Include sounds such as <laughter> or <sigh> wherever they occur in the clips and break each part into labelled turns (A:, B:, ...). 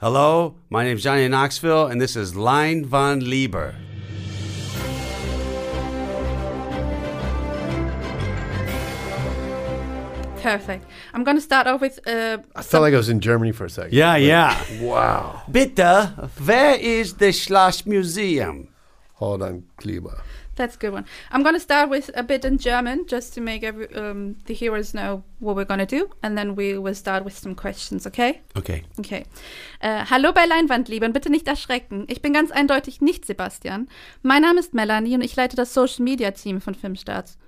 A: Hello, my name's Johnny Knoxville, and this is Line von Lieber.
B: Perfect. I'm going to start off with uh,
C: I felt like I was in Germany for a second.
A: Yeah, yeah.
C: Wow.
A: Bitte, where is the Schloss Museum?
C: Hold on, Klima.
B: That's a good one. I'm going to start with a bit in German just to make every, um, the hearers know what we're going to do, and then we will start with some questions, okay?
A: Okay.
B: Okay. Äh, hallo bei Leinwandliebern, bitte nicht erschrecken. Ich bin ganz eindeutig nicht Sebastian. Mein Name ist Melanie und ich leite das Social Media Team von Filmstarts.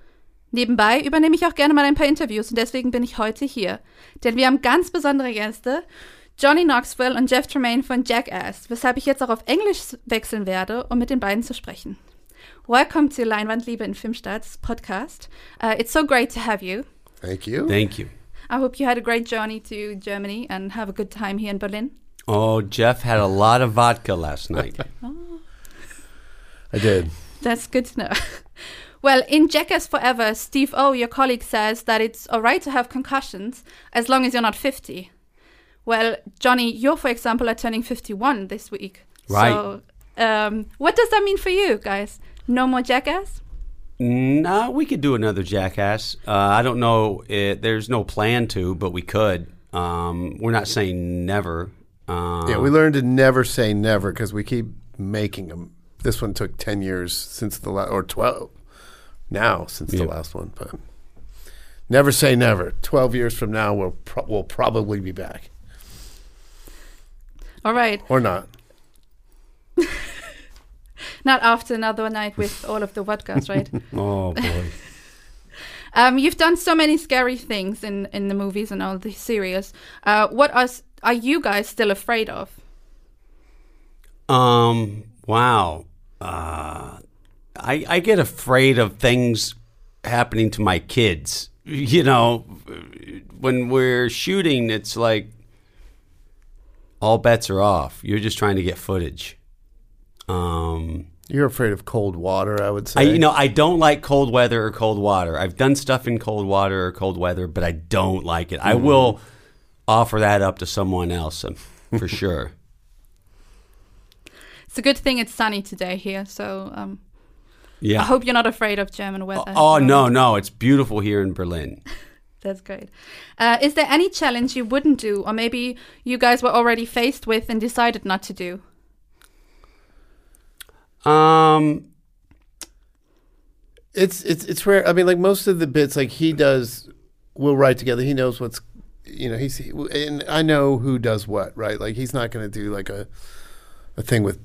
B: Nebenbei übernehme ich auch gerne mal ein paar Interviews und deswegen bin ich heute hier. Denn wir haben ganz besondere Gäste, Johnny Knoxville und Jeff Tremaine von Jackass, weshalb ich jetzt auch auf Englisch wechseln werde, um mit den beiden zu sprechen. Welcome to Leinwandliebe in Filmstarts podcast. Uh, it's so great to have you.
C: Thank you.
A: Thank you.
B: I hope you had a great journey to Germany and have a good time here in Berlin.
A: Oh, Jeff had a lot of vodka last <laughs> night.
C: I did.
A: Uh-huh.
B: That's good to know. <laughs> well, in Jackass Forever, Steve O, your colleague, says that it's all right to have concussions as long as you're not 50. Well, Johnny, you're, for example, are turning 51 this week.
A: Right.
B: So, um, what does that mean for you guys? No more Jackass?
A: nah, we could do another Jackass. Uh, I don't know. It, there's no plan to, but we could. Um, we're not saying never. Um,
C: Yeah, we learned to never say never because we keep making them. This one took 10 years since the last, or 12 now since the
A: Yeah.
C: last one. But never say never. 12 years from now, we'll, pro- we'll probably be back.
B: All right.
C: Or not.
B: Not after another night with all of the vodkas, right?
A: oh boy.
B: Um, you've done so many scary things in, in the movies and all the series. Uh, what are, s- are you guys still afraid of?
A: Um. Wow. Uh, I I get afraid of things happening to my kids. You know, when we're shooting, it's like all bets are off. You're just trying to get footage. Um.
C: You're afraid of cold water, I would say.
A: I, you know, I don't like cold weather or cold water. I've done stuff in cold water or cold weather, but I don't like it. I will offer that up to someone else um, for <laughs> sure.
B: It's a good thing it's sunny today here, so um,
A: Yeah.
B: I hope you're not afraid of German weather.
A: oh no, no, it's beautiful here in Berlin.
B: That's great. Uh, is there any challenge you wouldn't do, or maybe you guys were already faced with and decided not to do?
A: Um,
C: it's it's it's rare. I mean, like most of the bits, like he does, we'll write together. He knows what's, you know, he's and I know who does what, right? Like he's not going to do like a, a thing with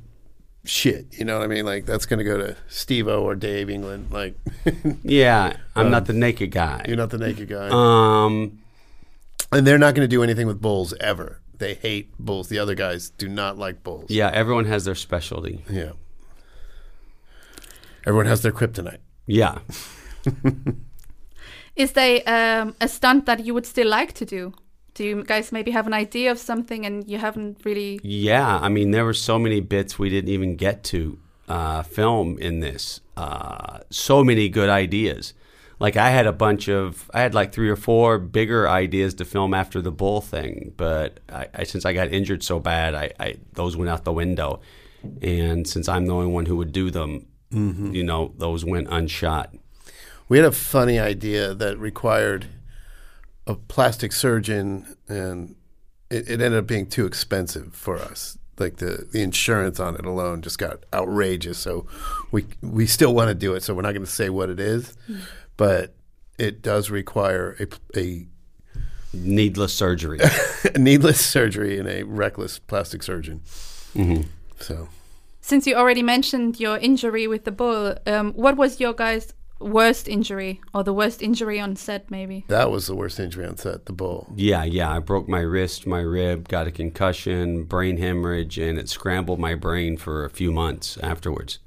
C: shit. You know what I mean? Like that's going to go to Steve-O or Dave England. Like <laughs>
A: yeah, I'm not the naked guy.
C: you're not the naked guy,
A: Um,
C: and they're not going to do anything with bulls ever. They hate bulls. The other guys do not like bulls.
A: yeah, everyone has their specialty.
C: yeah. Everyone has their kryptonite.
A: Yeah.
B: Is there um, a stunt that you would still like to do? Do you guys maybe have an idea of something and you haven't really?
A: Yeah, I mean, there were so many bits we didn't even get to uh, film in this. Uh, so many good ideas. Like I had a bunch of, I had like three or four bigger ideas to film after the bull thing, but I, I since I got injured so bad, I, I those went out the window, and since I'm the only one who would do them, you know, those went unshot.
C: We had a funny idea that required a plastic surgeon, and it, it ended up being too expensive for us. Like the, the insurance on it alone just got outrageous. So we we still want to do it. So we're not going to say what it is, but it does require a,
A: Needless surgery.
C: a <laughs> needless surgery and a reckless plastic surgeon. So
B: Since you already mentioned your injury with the bull, um, what was your guys' worst injury or the worst injury on set? Maybe
C: that was the worst injury on set. The bull.
A: Yeah, yeah. I broke my wrist, my rib, got a concussion, brain hemorrhage, and it scrambled my brain for a few months afterwards.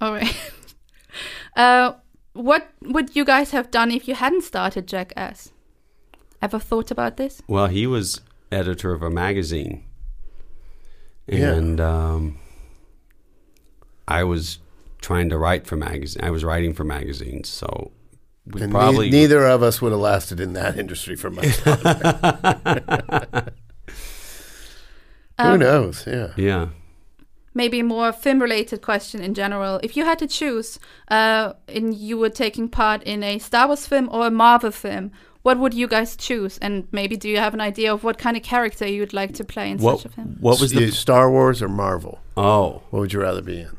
B: All right. <laughs> uh, what would you guys have done if you hadn't started Jackass? Ever thought about this?
A: Well, he was editor of a magazine.
C: Yeah.
A: And um, I was trying to write for magazine. I was writing for magazines, so we
C: And ne-
A: probably
C: neither of us would have <laughs> lasted in that industry for much. Who knows? Yeah.
A: Yeah.
B: Um, maybe more film related question in general. If you had to choose, uh, and you were taking part in a Star Wars film or a Marvel film, what would you guys choose? And maybe do you have an idea of what kind of character you'd like to play in
A: What
B: such a film?
A: What was
C: Yeah,
A: the
C: Star Wars or Marvel?
A: oh
C: What would you rather be in?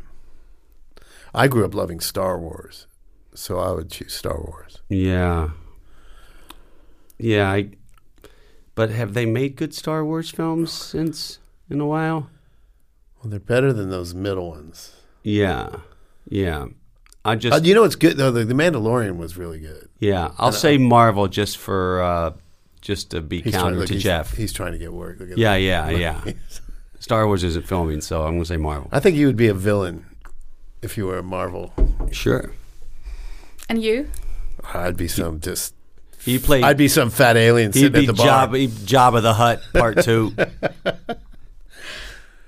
C: I grew up loving Star Wars, so I would choose Star Wars.
A: yeah yeah I but have they made good Star Wars films since in a while?
C: Well, they're better than those middle ones.
A: Yeah yeah I just
C: Uh, you know what's good though? The, the Mandalorian was really good.
A: yeah I'll say Marvel just for uh, just to be
C: trying
A: counter
C: look,
A: to
C: he's-
A: Jeff.
C: He's trying to get work. Look at
A: yeah
C: that.
A: yeah
C: <laughs>
A: yeah. Star Wars isn't filming, so I'm gonna say Marvel.
C: I think you would be a villain if you were a Marvel.
A: Sure.
B: And you?
C: I'd be some just.
A: He played.
C: I'd be some fat alien
A: he'd
C: sitting
A: be
C: at the bar.
A: Jabba, he'd Jabba the Hutt
C: <laughs>
A: Part Two,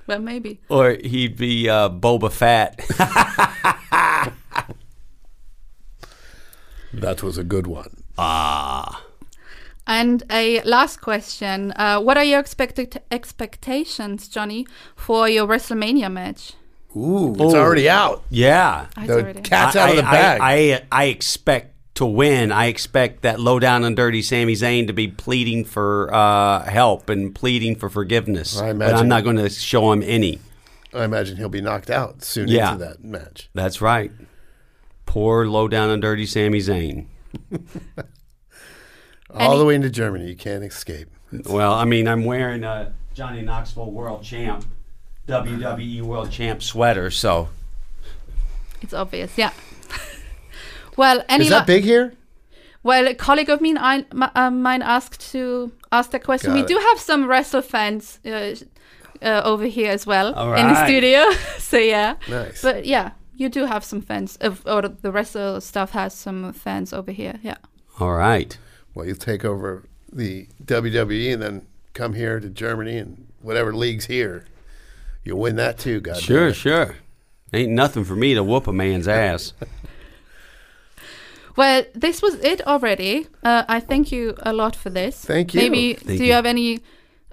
B: Well, maybe.
A: or he'd be uh, Boba Fett. <laughs>
C: That was a good one.
B: And a last question. Uh, what are your expected expectations, Johnny, for your WrestleMania match?
C: Ooh, it's
A: Oh.
C: already out.
A: yeah,
B: I
C: The
B: already-
C: cat's
A: I,
C: out of the
A: I-
C: bag.
A: I, I I expect to win. I expect that low down and dirty Sami Zayn to be pleading for uh, help and pleading for forgiveness.
C: I
A: but
C: imagine-
A: I'm not going to show him any.
C: I imagine he'll be knocked out soon
A: Yeah.
C: into that match.
A: That's right. Poor low down and dirty Sami Zayn.
C: All the way into Germany, you can't escape.
A: Well, I mean, I'm wearing a Johnny Knoxville World Champ, WWE World Champ sweater, so.
B: It's obvious, yeah. <laughs> well, any
C: Is
B: la-
C: that big here?
B: Well, a colleague of mine, I, m- uh, mine asked to ask that question.
C: Got
B: we
C: it.
B: do have some wrestle fans uh, sh- uh, over here as well
A: All
B: in the
A: right.
B: studio. <laughs> so yeah,
C: Nice.
B: but yeah, you do have some fans, of, or the wrestle stuff has some fans over here. Yeah,
A: All right.
C: Well, you'll take over the WWE and then come here to Germany and whatever league's here. You'll win that too, God. damn
A: Sure,
C: it.
A: sure. Ain't nothing for me to whoop a man's ass.
B: Well, this was it already. Uh, I thank you a lot for this.
C: Thank you.
B: Maybe
A: Thank
B: do you,
A: you.
B: have any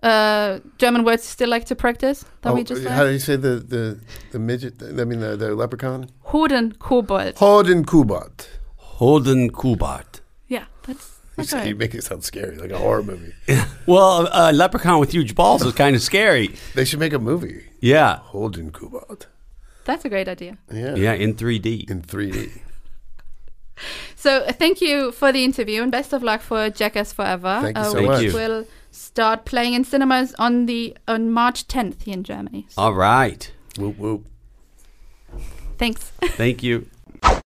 B: uh, German words you still like to practice that
C: Oh,
B: we just
C: how do
B: learned?
C: you say the, the, the midget? I mean, the, the leprechaun?
B: Hoden Kobold.
C: Hoden Kubat.
A: Holden Kubat.
B: Yeah, that's.
C: <laughs> You
B: that's
C: say-
B: right.
C: You make it sound scary, like a horror movie.
A: Well, a a leprechaun with huge balls is kind of scary.
C: they should make a movie.
A: Yeah.
C: Hoden Kubat.
B: That's a great idea.
C: Yeah.
A: Yeah, in 3D.
C: In 3D.
B: So uh, thank you for the interview and best of luck for Jackass Forever. Uh,
C: Thank you so
B: which
A: much. Thank you.
B: will start playing in cinemas on the on March 10th here in Germany. So
A: All right.
C: whoop, whoop.
B: Thanks.
A: Thank you.